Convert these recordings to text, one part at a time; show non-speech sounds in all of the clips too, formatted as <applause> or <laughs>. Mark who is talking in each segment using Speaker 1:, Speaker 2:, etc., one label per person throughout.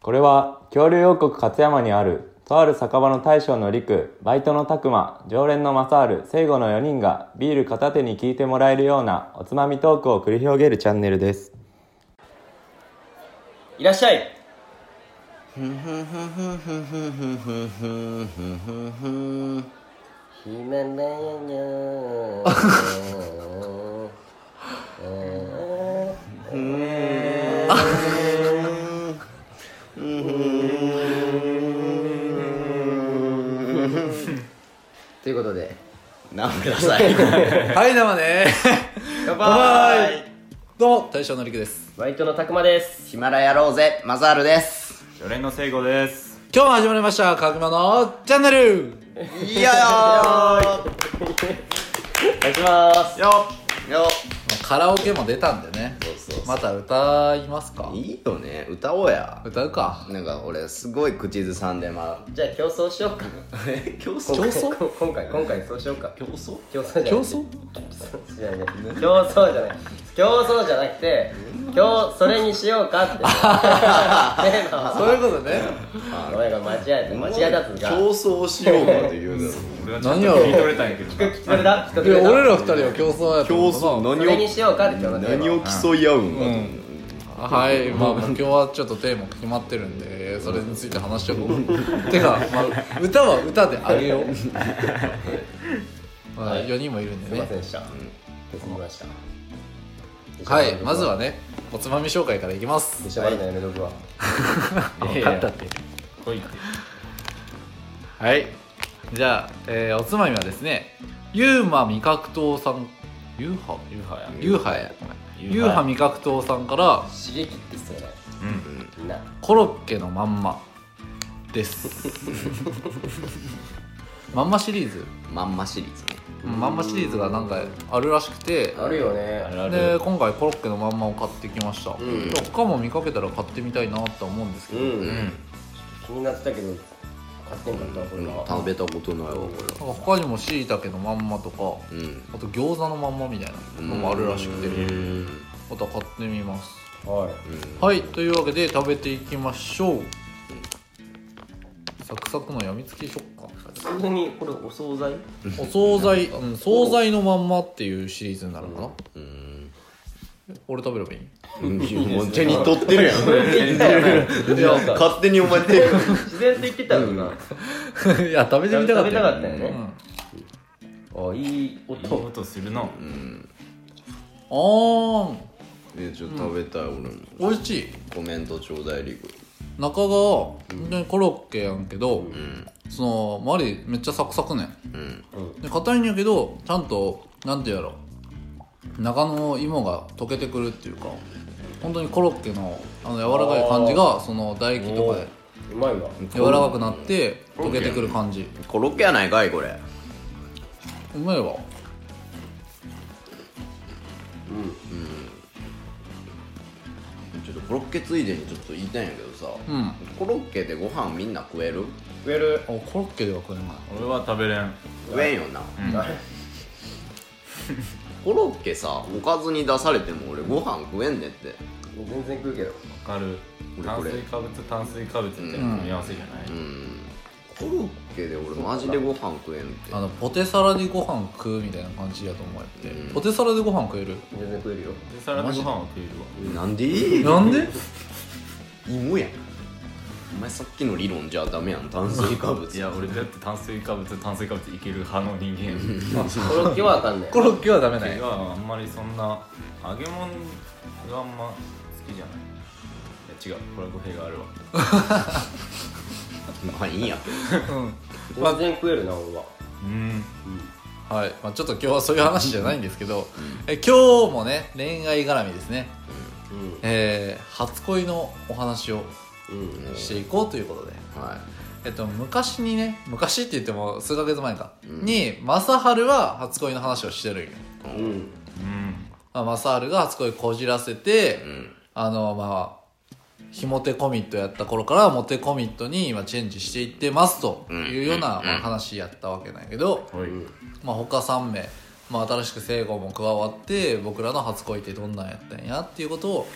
Speaker 1: これは恐竜王国勝山にあるとある酒場の大将の陸バイトの拓磨常連の正治聖護の4人がビール片手に聞いてもらえるようなおつまみトークを繰り広げるチャンネルです
Speaker 2: いらっしゃいヒマラヤのということで名をください
Speaker 3: <laughs> はい、生ね。
Speaker 2: 乾
Speaker 3: 杯どうも、大将のりくです。
Speaker 2: バイトのたくまですヒマラやろうぜマザールです
Speaker 1: 常連の聖護です
Speaker 3: 今日も始まりました、かぐまのチャンネル
Speaker 2: いやよお願いします
Speaker 1: よ
Speaker 2: よ
Speaker 3: カラオケも出たんでね。
Speaker 2: そうそう
Speaker 3: また歌いますか
Speaker 2: いいよね歌おうや
Speaker 3: 歌うか。
Speaker 2: なんか俺すごい口ずさんでま
Speaker 4: <laughs>
Speaker 2: じゃあ競争しようかえ競争
Speaker 3: 競争
Speaker 2: 今回今回そうしようか競争競争じゃない
Speaker 3: 競争
Speaker 2: じゃない競争じゃない競争じゃなくて今日それにしようか <laughs> ってテーマは
Speaker 3: そういうことね。
Speaker 2: 俺が間違えた間違えたっつうか
Speaker 4: 競争しようかというだろ
Speaker 3: 何やろい
Speaker 2: 聞こえた聞こ
Speaker 3: や
Speaker 2: えた
Speaker 3: 俺ら二人は競争やと
Speaker 4: 競
Speaker 3: 思う
Speaker 4: 争
Speaker 3: な
Speaker 2: それにしようかって今日のテーマ
Speaker 4: 何を何を競い合うんか
Speaker 3: あはい、まあ今日はちょっとテーマ決まってるんで、それについて話しとこ <laughs> う。てか、まあ、歌は歌であげ <laughs> よう。まあ、4人もいるん
Speaker 2: す
Speaker 3: で
Speaker 2: いま
Speaker 3: ね
Speaker 2: せん。でしたすみました
Speaker 3: はい、まずはね、おつまみ紹介からいきます
Speaker 2: で。しゃばるのやめとくわ
Speaker 3: 分かったってはいじゃあ、えーおつまみはですねユーマ味覚糖さんユーハユーハやユーハやユーハ味覚糖さんから
Speaker 2: 刺激って必要ないうんな
Speaker 3: コロッケのまんまですまんまシリーズ
Speaker 4: まんまシリーズね
Speaker 3: うんまんまシリーズがなんかあるらしくて
Speaker 2: あるよね
Speaker 3: で今回コロッケのまんまを買ってきました、他も見かけたら買ってみたいなとは思うんですけ
Speaker 2: う
Speaker 3: ど、
Speaker 2: ん、気になってたけど買ってんかったこれは
Speaker 4: 食べたことないわこれ
Speaker 3: なんか他にもしいたけのまんまとか
Speaker 4: うん
Speaker 3: あと餃子のまんまみたいなのもあるらしくてまた買ってみます
Speaker 2: はい
Speaker 3: はいというわけで食べていきましょうサクサクのやみつき食感
Speaker 2: 普通にこれお惣菜
Speaker 3: お惣菜、うん、惣菜のまんまっていうシリーズになるのかな
Speaker 4: うん
Speaker 3: 俺食べればいい
Speaker 4: もう手に取ってるやん勝手にお前手
Speaker 2: 自然と言ってたよな
Speaker 3: い <laughs> や食べてみたか
Speaker 2: 食
Speaker 3: ったよ
Speaker 2: べたかったよ
Speaker 3: う
Speaker 2: ね
Speaker 3: ん
Speaker 2: あいい音
Speaker 1: とするの
Speaker 3: あー
Speaker 4: えちょっと食べたい俺も
Speaker 3: 美味しい
Speaker 4: コメントちょうだいリク
Speaker 3: 中が本当にコロッケやんけど、その周りめっちゃサクサクねん
Speaker 4: うん
Speaker 3: で硬いんやけどちゃんとなんてやろ中の芋が溶けてくるっていうか本当にコロッケのあの柔らかい感じがその唾液とかで
Speaker 2: うまいわ
Speaker 3: 柔らかくなって溶けてくる感じ
Speaker 4: コロッケやないかいこれ
Speaker 3: うまいわ
Speaker 4: ちょっとコロッケついでにちょっと言いたいんやけどさ
Speaker 3: うんあ
Speaker 4: コロッケでご飯みんな食える
Speaker 2: 食える
Speaker 3: コロッケでは食えない
Speaker 1: 俺は食べれん
Speaker 4: 食えんよなコロッケさおかずに出されても俺ご飯食えんねって
Speaker 2: 全然食うけど
Speaker 1: わかる炭
Speaker 4: これ
Speaker 1: 水化物炭水化物って組み合わせじゃない、
Speaker 4: うんコロッケで俺マジでご飯食えんって
Speaker 3: あのポテサラでご飯食うみたいな感じやと思うやって、ポテサラでご飯食える
Speaker 2: 全然食えるよ
Speaker 1: でサラダご飯は食えるわ
Speaker 4: なんでいい
Speaker 3: なんで
Speaker 4: 芋やんお前さっきの理論じゃダメやん炭水化物
Speaker 1: いや俺だって炭水化物炭水化物いける派の人間
Speaker 2: コロッケはあかんねん
Speaker 3: コロッケはダメない
Speaker 1: があんまりそんな揚げ物があんま好きじゃないいや違うこれは語弊があるわ
Speaker 4: まあいいんやけど
Speaker 2: 全然食えるな俺は
Speaker 1: うん
Speaker 3: はい、まあ、ちょっと今日はそういう話じゃないんですけど、え今日もね恋愛絡みですね、
Speaker 2: うん
Speaker 3: えー初恋のお話を
Speaker 2: うん
Speaker 3: していこうということで、
Speaker 4: は
Speaker 3: えっと、昔にね昔って言っても数ヶ月前か、に正治は初恋の話をしてるんよ、
Speaker 2: うん
Speaker 1: うん
Speaker 3: まあ、正治が初恋こじらせて、
Speaker 4: いうん
Speaker 3: あのまあひもてコミットやった頃からモテコミットに今チェンジしていってますというような、まあ、話やったわけなんやけど、
Speaker 1: はい
Speaker 3: まあ、他3名、まあ、新しく聖子も加わって僕らの初恋ってどんなんやったんやっていうことを、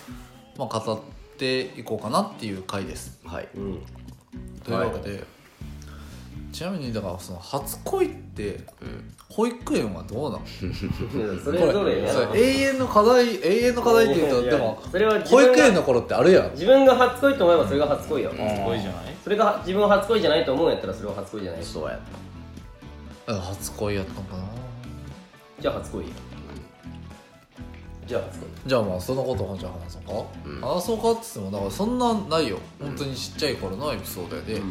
Speaker 3: まあ、語っていこうかなっていう回です
Speaker 4: はい
Speaker 2: うん
Speaker 3: というわけで、ちなみにだからその初恋って保育園はどうなの
Speaker 2: それぞれや
Speaker 3: それ永遠の課題永遠の課題って言うと
Speaker 2: いや
Speaker 3: でも
Speaker 2: それは自
Speaker 3: 保
Speaker 2: 分が
Speaker 3: 育園の頃ってあるやん
Speaker 2: 自分が初恋と思えばそれが初恋よ
Speaker 1: ごいじゃない
Speaker 2: それが自分は初恋じゃないと思うんやったらそれは初恋じゃない
Speaker 4: そうや
Speaker 3: うん初恋やったのかな
Speaker 2: じゃあ初恋よじゃあ初恋
Speaker 3: じゃあまあそのことをじゃあ話そうか、話そうかっつってもだからそんなないよ本当にちっちゃい頃のエピソードやで、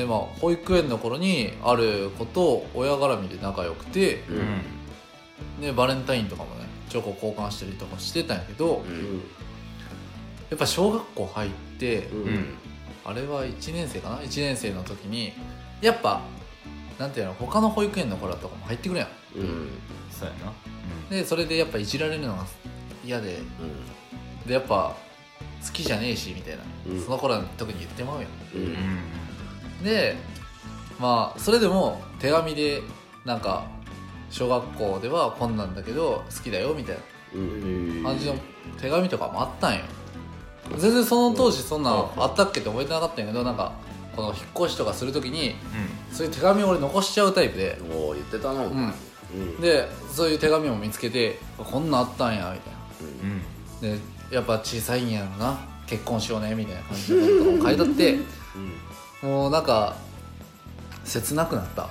Speaker 3: でまあ保育園の頃にある子と親絡みで仲良くて、
Speaker 4: うん
Speaker 3: でバレンタインとかもねチョコ交換したりとかしてたんやけど、
Speaker 4: う
Speaker 3: や
Speaker 4: ん
Speaker 3: っぱ小学校入って、
Speaker 2: うん
Speaker 4: うん
Speaker 3: あれは1年生かな1年生の時にやっぱなんていうの他の保育園の子らとかも入ってくるやん
Speaker 4: うんうん
Speaker 1: そうやな
Speaker 3: でそれでやっぱいじられるのが嫌ででやっぱ好きじゃねえしみたいな、
Speaker 4: うん
Speaker 3: その頃は特に言ってまうやん
Speaker 4: うんうん
Speaker 3: でまあそれでも手紙でなんか小学校ではこんなんだけど好きだよみたい
Speaker 4: うん
Speaker 3: な感じの手紙とかもあったんよ全然その当時そんなんあったっけって覚えてなかったんやけどなんかこの引っ越しとかするときにそういう手紙を俺残しちゃうタイプで
Speaker 4: おお言ってたなお前うん
Speaker 3: でそういう手紙も見つけてこんなんあったんやみたい
Speaker 1: うんう
Speaker 3: な
Speaker 1: ん
Speaker 3: でやっぱ小さいんやろな結婚しようねみたいな感じのことを書いてあってもうなんか切なくなった
Speaker 4: もう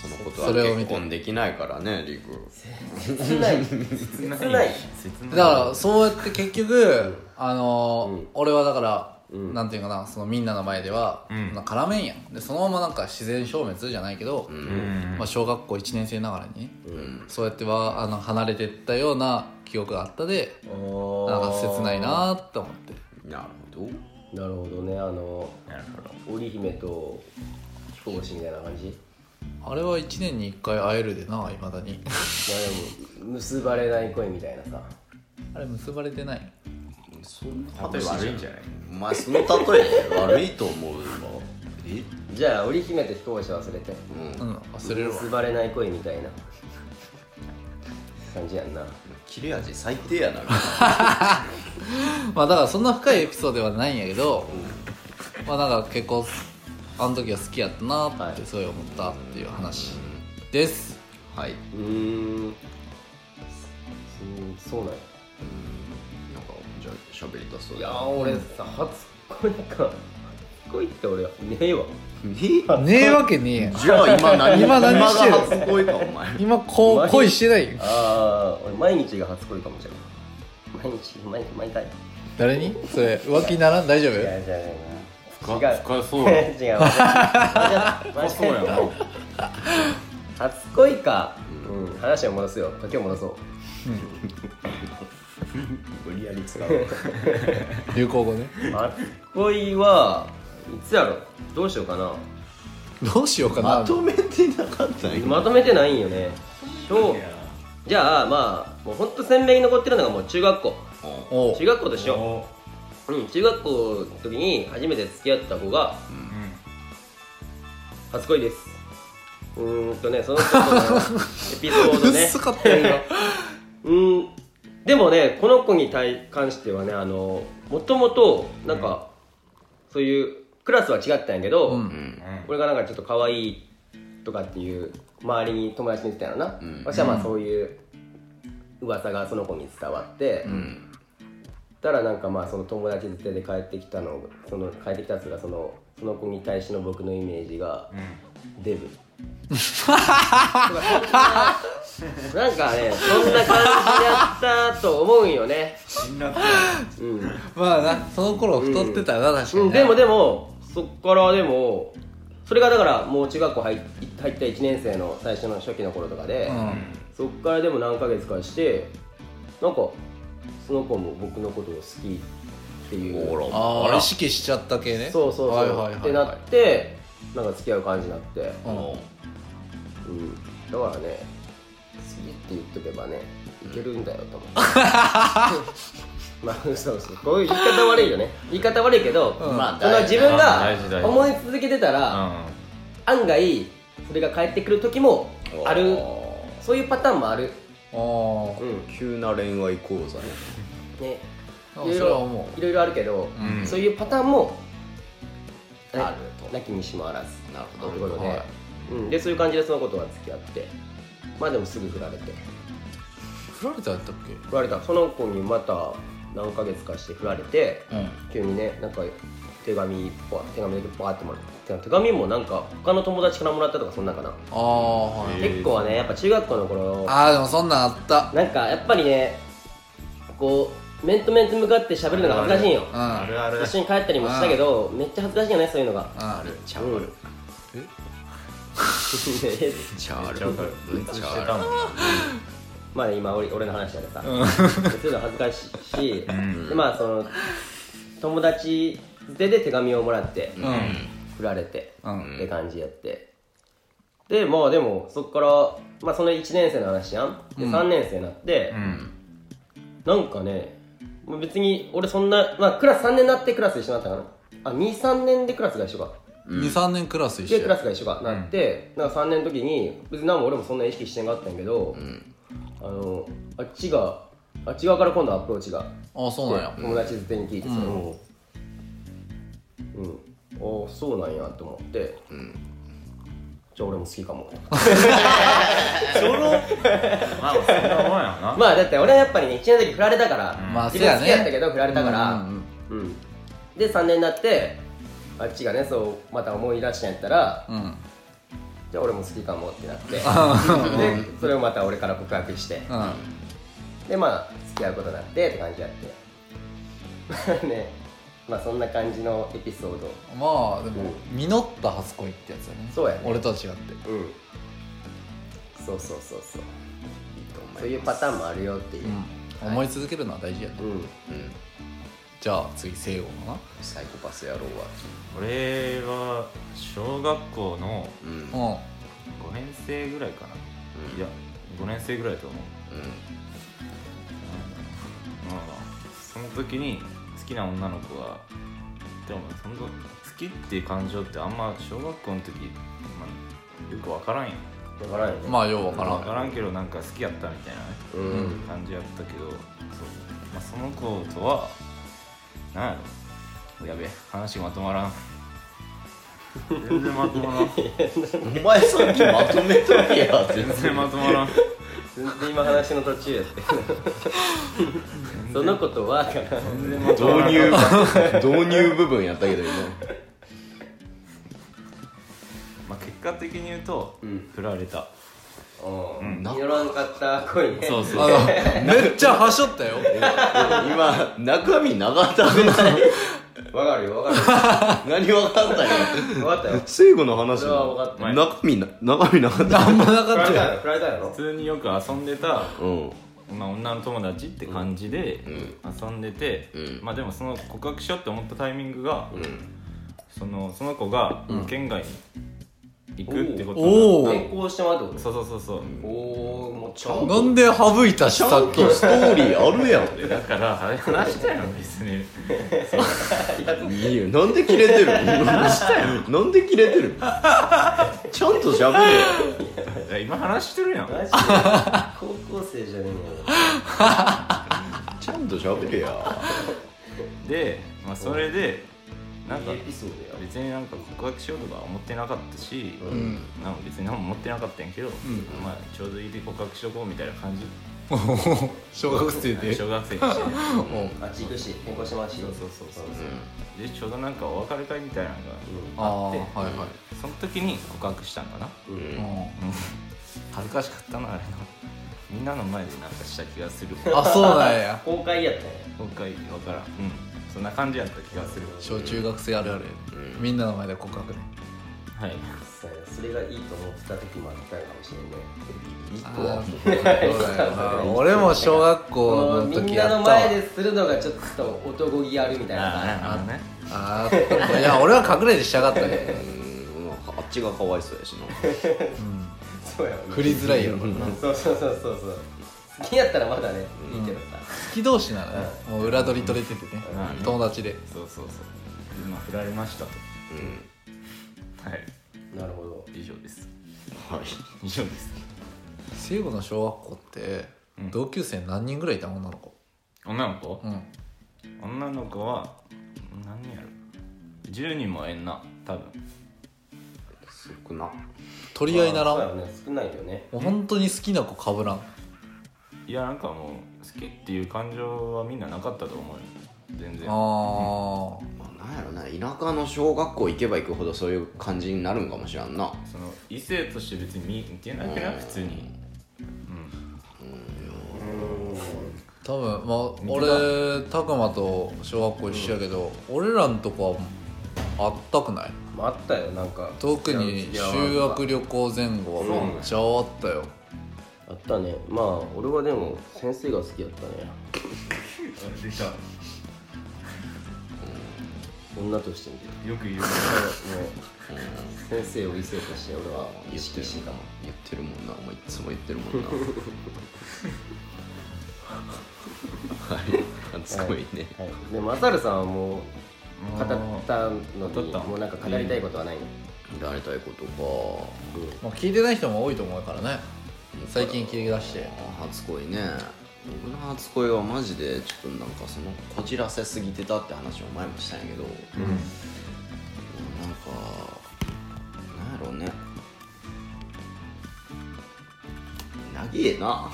Speaker 4: そのこと
Speaker 3: そ
Speaker 4: は
Speaker 3: れを見
Speaker 4: 結
Speaker 3: て
Speaker 4: 婚できないからねリク
Speaker 2: 切ない切
Speaker 1: 切
Speaker 2: ない
Speaker 1: 切ない
Speaker 3: だからそうやって結局あのー
Speaker 4: うん
Speaker 3: 俺はだから、
Speaker 4: うん
Speaker 3: なんていうかなそのみんなの前では、
Speaker 1: うん
Speaker 3: なんか絡めんやんでそのままなんか自然消滅じゃないけど、
Speaker 1: うん
Speaker 3: まあ、小学校1年生ながらにね、
Speaker 4: うん
Speaker 3: そうやってはあの離れてったような記憶があったで
Speaker 2: お
Speaker 3: なんか
Speaker 2: ー
Speaker 3: 切ないなーって思って
Speaker 4: なるほど
Speaker 2: なるほどねあの
Speaker 1: なるほど
Speaker 2: 織姫と彦星みたいな感じ
Speaker 3: あれは1年に1回会えるでないまだに
Speaker 2: まあでも結ばれない恋みたいなさ
Speaker 3: あれ結ばれてない
Speaker 4: そんな
Speaker 1: 例え悪いんじゃない
Speaker 4: お前その例え悪いと思うわえ
Speaker 2: じゃあ織姫と彦星忘れて
Speaker 4: うん
Speaker 3: うん忘れるわ
Speaker 2: 結ばれない恋みたいな感じやんな
Speaker 4: 切れ味最低やな
Speaker 3: まあだからそんな深いエピソードではないんやけど、まあなんか結構あの時は好きやったなーってすごい思ったっていう話です、
Speaker 4: はい
Speaker 2: うんそそうなんや
Speaker 4: なんかじゃあ喋りたそう
Speaker 2: いやー俺さ初恋か初恋って俺ねえわ
Speaker 4: え
Speaker 3: ねえわけねえやん
Speaker 4: じゃあ今何
Speaker 3: 今何してる
Speaker 4: 今が初恋かお前
Speaker 3: 今こう恋してないよ
Speaker 2: ああ俺毎日が初恋かもしれない毎日毎毎回
Speaker 3: 誰にそれ浮気ならん大丈夫
Speaker 2: 違う違う違う
Speaker 1: 深
Speaker 2: 違う
Speaker 1: 深そうや
Speaker 2: <laughs> 違う違う
Speaker 1: <laughs> 深そうやな
Speaker 2: 初恋か、うん、話を戻すよ時を戻そう
Speaker 4: 無理やり使う
Speaker 3: 流行語ね
Speaker 2: <laughs> 初恋はいつやろどうしようかな
Speaker 3: どうしようかな
Speaker 4: まとめてなかったんや
Speaker 2: まとめてないんよねとじゃあまあもうほんと鮮明に残ってるのがもう中学校
Speaker 3: おう
Speaker 2: 中学校としよ
Speaker 1: お
Speaker 2: う、うん、中学校の時に初めて付き合った子が
Speaker 1: うん
Speaker 2: 初恋ですうーんと
Speaker 3: <laughs>
Speaker 2: ねその人とのエピソードね
Speaker 3: 薄かったよ
Speaker 2: うんでもねこの子に対関してはねあのもともとなんか、そういうクラスは違ったんやけど、
Speaker 3: 今、う、
Speaker 4: うんん
Speaker 2: 俺がなんかちょっと可愛いとかっていう周りに友達に言ってたよな、
Speaker 4: うん
Speaker 2: 私はまあそういう噂がその子に伝わって、
Speaker 4: うん
Speaker 2: たらなんかまあその友達連れで帰ってきたのその帰ってきたやつがそのその子に対しての僕のイメージがデ
Speaker 4: <laughs>
Speaker 2: ブなんかねそんな感じやったと思うんよね
Speaker 1: 死んだ
Speaker 2: うん
Speaker 3: まあなその頃太ってたな、確か
Speaker 2: う
Speaker 3: に、
Speaker 2: ん、
Speaker 3: ね、
Speaker 2: でもでもそっからでもそれがだからもう中学校入っ入った1年生の最初の初期の頃とかで、
Speaker 3: うん
Speaker 2: そっからでも何ヶ月かしてなんかその子も僕のことを好きっていう
Speaker 4: ほら
Speaker 3: あ
Speaker 4: ほ
Speaker 3: あ
Speaker 4: ら
Speaker 3: 意識しちゃった系ね
Speaker 2: そうそうそう、
Speaker 3: はいはいはい、はい、
Speaker 2: ってなってなんか付き合う感じになって、
Speaker 3: うん
Speaker 2: うん、だからね好きって言っとけばねいけるんだよ
Speaker 3: <laughs>
Speaker 2: と思って、まあ嘘嘘こういう言い方悪いよね言い方悪いけど、
Speaker 3: うん
Speaker 4: まあ
Speaker 2: その
Speaker 4: 大
Speaker 2: 自
Speaker 4: 事
Speaker 2: 分
Speaker 1: あ
Speaker 2: が
Speaker 1: 大事大事
Speaker 2: 思い続けてたら、案外それが返ってくる時もあるそういうパターンもある
Speaker 3: あー
Speaker 2: うん
Speaker 4: 急な恋愛講座ね
Speaker 2: ね
Speaker 3: そ
Speaker 2: いろい
Speaker 3: れは思
Speaker 2: ろいろいろあるけど、
Speaker 3: う、うん、
Speaker 2: そういうパターンも、ね
Speaker 4: あると
Speaker 2: なきにしもあらず、
Speaker 4: なる
Speaker 2: と
Speaker 4: ほ
Speaker 2: いう
Speaker 4: ど
Speaker 2: ことで,、
Speaker 3: はい
Speaker 2: うん、でそういう感じでそのことは付き合ってまあでもすぐ振られて
Speaker 3: 振られたやったっ
Speaker 2: 振られたその子にまた何ヶ月かして振られて
Speaker 3: け、うん、
Speaker 2: 急にねなんか手紙ぽ手紙だけバーってもらって手紙もなんか他の友達からもらったとかそんなんかな、
Speaker 3: ああはい、
Speaker 4: えー
Speaker 2: 結構はねやっぱ中学校の頃
Speaker 3: ああでもそんなんあった
Speaker 2: なんかやっぱりねこう面と面と向かって喋るのが恥ずかしいんよ
Speaker 3: うんある
Speaker 4: ある
Speaker 2: 一緒に帰ったりもしたけどめっちゃ恥ずかしいよねそういうのが
Speaker 3: ある
Speaker 4: チャール
Speaker 2: で
Speaker 4: チャール
Speaker 1: チャー
Speaker 4: ルチ
Speaker 1: し
Speaker 4: ャ
Speaker 1: て
Speaker 4: ー
Speaker 1: た
Speaker 4: ル
Speaker 1: もん
Speaker 2: <laughs> まあ今俺俺の話だけどさ、そういうの恥ずかしいし、
Speaker 1: ん
Speaker 2: でまあその友達でで手紙をもらって、
Speaker 3: うん
Speaker 2: 振られて、
Speaker 3: うん
Speaker 2: って感じやってでまあでもそっから、まあ、その1年生の話やんで
Speaker 3: うん
Speaker 2: 3年生になって
Speaker 1: う、ん
Speaker 2: なんかねもう別に俺そんな、まあ、クラス3年になってクラス一緒になったかなあ23年でクラスが一緒か
Speaker 3: 23年クラス一緒
Speaker 2: でクラスが一緒かなって、なんか3年の時に別に何も俺もそんな意識してんかったんやけど、あのあっちがあっち側から今度アプローチが
Speaker 3: ああそうなんや
Speaker 2: 友達全員聞いてそのうん、ああそうなんやと思って、じゃあ俺も好きか
Speaker 3: <laughs>
Speaker 2: も
Speaker 1: ちょろまあそんなもんや
Speaker 2: <laughs>
Speaker 1: な
Speaker 2: まあだって俺はやっぱりね1年の時振られたから、
Speaker 3: まあ
Speaker 2: 自
Speaker 3: せ
Speaker 2: 分は
Speaker 3: や
Speaker 2: 好きやった
Speaker 3: ね
Speaker 2: けど振られたから、
Speaker 3: うんうん
Speaker 2: うんで3年になってあっちがねそうまた思い出したんやったら
Speaker 3: うんうん
Speaker 2: じゃあ俺も好きかもってなって <laughs> でそれをまた俺から告白して
Speaker 3: うん
Speaker 2: でまあ付き合うことになってって感じやって <laughs> ねまあそんな感じのエピソード
Speaker 3: まあでも
Speaker 2: う
Speaker 3: 実った初恋ってやつだね
Speaker 2: そうやね
Speaker 3: 俺とは違って
Speaker 2: うんそうそうそうそうそういうパターンもあるよっていう、
Speaker 3: うん思い続けるのは大事やね
Speaker 2: うん
Speaker 4: うん
Speaker 3: じゃあ次聖護か
Speaker 4: サイコパス野郎は
Speaker 1: 俺は小学校の
Speaker 4: うんうん
Speaker 3: な
Speaker 1: 5年生ぐらいかな、
Speaker 4: うん
Speaker 1: いや5年生ぐらいだと思う、うんまあまあその時に好きな女の子がでもその時好きっていう感情ってあんま小学校の時、まあ、よく分からんよ
Speaker 2: 分からんよね
Speaker 3: うんまあようわか
Speaker 1: 分かららんけどなんか好きやったみたいなね、
Speaker 2: うん、
Speaker 1: 感じやったけどそう、まあ、その子とはなんやろやべえ話がまとまらん全然まとまらん
Speaker 4: お前さっきまとめとけや
Speaker 1: <laughs>
Speaker 4: 全
Speaker 1: 全
Speaker 4: 然
Speaker 1: 然まとまらん
Speaker 2: 全然今話の途中やって <laughs> そのことはかな
Speaker 1: 全然まとまらん
Speaker 4: 導入導入部分やったけど今
Speaker 1: まあ、結果的に言うと、振られた
Speaker 2: うん実らんかった恋ね
Speaker 1: そうそう
Speaker 2: <laughs>
Speaker 3: あのめっちゃはしょったよ
Speaker 4: 今中身なかったくない
Speaker 2: 分かるよ分か <laughs>
Speaker 4: 何分かったよ
Speaker 2: る分かったよ
Speaker 4: 聖子の話
Speaker 2: それは分かっ
Speaker 1: 前
Speaker 4: 中身な中身なかった
Speaker 3: あんまなか
Speaker 2: 振ら
Speaker 3: った
Speaker 2: れた
Speaker 3: よ
Speaker 2: よ振られたよ
Speaker 1: 普通によく遊んでた、
Speaker 4: うん
Speaker 1: まあ、女の友達って感じで、遊んでて、
Speaker 4: うん
Speaker 1: まあでもその告白しようって思ったタイミングが、
Speaker 4: うん
Speaker 1: そのその子が県外に行くってこと
Speaker 3: お
Speaker 1: な
Speaker 2: 転校してもらうってこ
Speaker 1: そうそうそうそう、
Speaker 2: とおおもうちゃん
Speaker 3: な
Speaker 2: と
Speaker 3: んで省いたし
Speaker 4: ち
Speaker 3: さ
Speaker 4: ゃ
Speaker 3: っ
Speaker 4: ん
Speaker 3: き
Speaker 4: とストーリーあるやん
Speaker 1: だからあれ話したよ別に
Speaker 4: いいよなんでキレてるなんでキレてるちゃんとしゃべれよ
Speaker 1: いや今話してるやん
Speaker 2: マジで高校生じゃね
Speaker 4: ちゃんとしゃべれや
Speaker 1: で、まあ、それで
Speaker 2: え
Speaker 1: なん
Speaker 2: の
Speaker 1: か
Speaker 2: よいいエピソードや
Speaker 1: 別になんか告白しようとか思ってなかったし、
Speaker 3: うん
Speaker 1: なんか別に何も持ってなかったんやけど、まあ、ちょうどいいで告白しとこうみたいな感じ
Speaker 3: 小学生で
Speaker 1: 小学生にして
Speaker 3: うん
Speaker 2: あっち行くし転校してもらうし
Speaker 1: そうそうそうそう、でちょうどなんかお別れ会みたいなのが
Speaker 3: ああはい
Speaker 1: あ
Speaker 3: は
Speaker 1: ってその時に告白したんかな、
Speaker 2: うん
Speaker 3: いうん
Speaker 1: 恥ずかしかったなあれなみんなの前でなんかした気がする
Speaker 3: あそうなんや
Speaker 2: 公開やったね
Speaker 1: 今回分からん、うん、そんな感じやった気がする
Speaker 3: 小中学生あるあるみんなの前で告白ね
Speaker 1: はい
Speaker 2: そうやなそれがいいと思ってた時もあったのかもしれんね
Speaker 3: あーそうだよな俺も小学
Speaker 2: こ
Speaker 3: 校
Speaker 2: の
Speaker 3: の
Speaker 2: み
Speaker 3: 時
Speaker 2: ん
Speaker 3: や
Speaker 2: な
Speaker 3: っ
Speaker 2: の
Speaker 3: たわ
Speaker 2: 前でするのがちょっと男気あるみたいな
Speaker 1: ああなるほどね
Speaker 3: あーいや俺は隠れてしやがったね
Speaker 4: うんあっちがかわいそうやし
Speaker 2: そうやわ
Speaker 3: 振りづらいよ
Speaker 2: そうそうそうそうそう好きやったらまだねいいけどさ
Speaker 3: 好き同士ならねもう裏取り取れててね
Speaker 1: うんうん
Speaker 3: 友達で
Speaker 1: そうそうそう今振られましたとはい
Speaker 2: なるほど
Speaker 1: 以上です
Speaker 4: なはい
Speaker 1: 以上です
Speaker 3: 聖子の小学校って
Speaker 1: うん
Speaker 3: 同級生何人ぐらいいた女の子
Speaker 1: 女の子、
Speaker 3: うん
Speaker 1: 女の子は何やろ10人もえんな多分
Speaker 4: すごくな
Speaker 3: 取り合いならん
Speaker 2: そう
Speaker 3: も
Speaker 2: やね少ないよね
Speaker 3: う本当に好きな子かぶらん
Speaker 1: いやなんかもう好きっていう感情はみんななかったと思うよ全然
Speaker 3: あ
Speaker 4: なんやろな田舎の小学校行けば行くほどそういう感じになるんかもしらんな
Speaker 1: その異性として別に見見てなくない普通に
Speaker 3: ー多分まあ俺たくまと小学校一緒やけど、俺らんとこはあったくない
Speaker 2: まああったよなんか
Speaker 3: 特に修学旅行前後はめっちゃあったよ
Speaker 2: あったねまあ俺はでも先生が好きやったね
Speaker 1: 出たよ
Speaker 2: 女として見てた
Speaker 1: く <laughs> 言う
Speaker 2: もう先生を異性として俺は意
Speaker 4: 言って
Speaker 2: 識
Speaker 4: る
Speaker 2: してたもん
Speaker 4: 言ってるもんなお前いつも言ってるもんな <laughs> はいすごいね、
Speaker 2: はい、でマサルさんはもう語ったの
Speaker 1: 語っ
Speaker 2: に
Speaker 1: た
Speaker 2: もうなんか語りたいことはないの、
Speaker 4: 慣れたいことか
Speaker 3: まあ、聞いてない人も多いと思うからね最近切り出して
Speaker 4: 初恋ね僕の初恋はマジでちょっとなんかそのこじらせすぎてたって話を前もしたんやけど、なんかなんやろうね長えな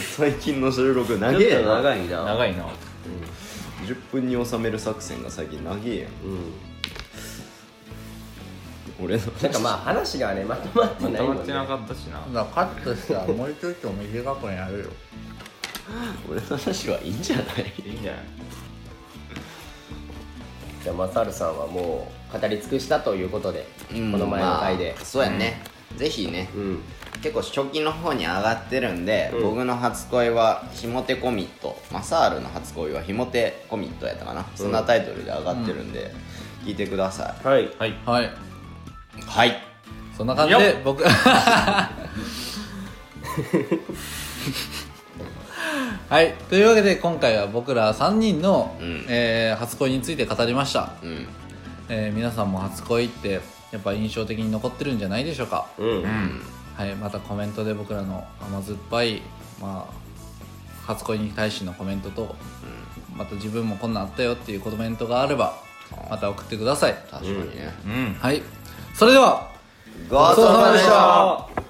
Speaker 4: <laughs> 最近の収録長
Speaker 2: ちょっ
Speaker 4: え
Speaker 2: と
Speaker 4: な
Speaker 2: 長いな
Speaker 1: 長いな
Speaker 4: 10分に収める作戦が最近長えやん
Speaker 2: うん
Speaker 4: 俺の
Speaker 2: なんかまあ話がねまとまって
Speaker 1: ま
Speaker 2: ない
Speaker 1: と
Speaker 2: の
Speaker 1: まって
Speaker 2: で、
Speaker 1: なかったしな
Speaker 3: だからカットしたらもうちょっと短くやるよ
Speaker 4: 俺の話はいいんじゃない
Speaker 1: いいんじゃない
Speaker 2: じゃあマサルさんはもう語り尽くしたということで、この前の回で
Speaker 4: まあ、そうやね、ぜひね、
Speaker 2: うん
Speaker 4: 結構初期の方に上がってるんで、僕の初恋はひもてコミットマサールの初恋はひもてコミットやったかな、そんなタイトルで上がってるんで、聞いてくださ
Speaker 2: はい
Speaker 1: はい
Speaker 3: はい
Speaker 4: いはい
Speaker 3: そんな感じで僕 <laughs> はいというわけで今回は僕ら3人の、
Speaker 4: うん
Speaker 3: えー初恋について語りました、
Speaker 4: うん
Speaker 3: えー皆さんも初恋ってやっぱ印象的に残ってるんじゃないでしょうか、
Speaker 2: うん、
Speaker 3: はい、またコメントで僕らの甘酸っぱい、まあ、初恋に対してのコメントと、また自分もこんなんあったよっていうコメントがあればまた送ってください
Speaker 4: 確かにね、
Speaker 1: うん
Speaker 3: はいそれでは
Speaker 4: ごちそうさまでした
Speaker 2: あ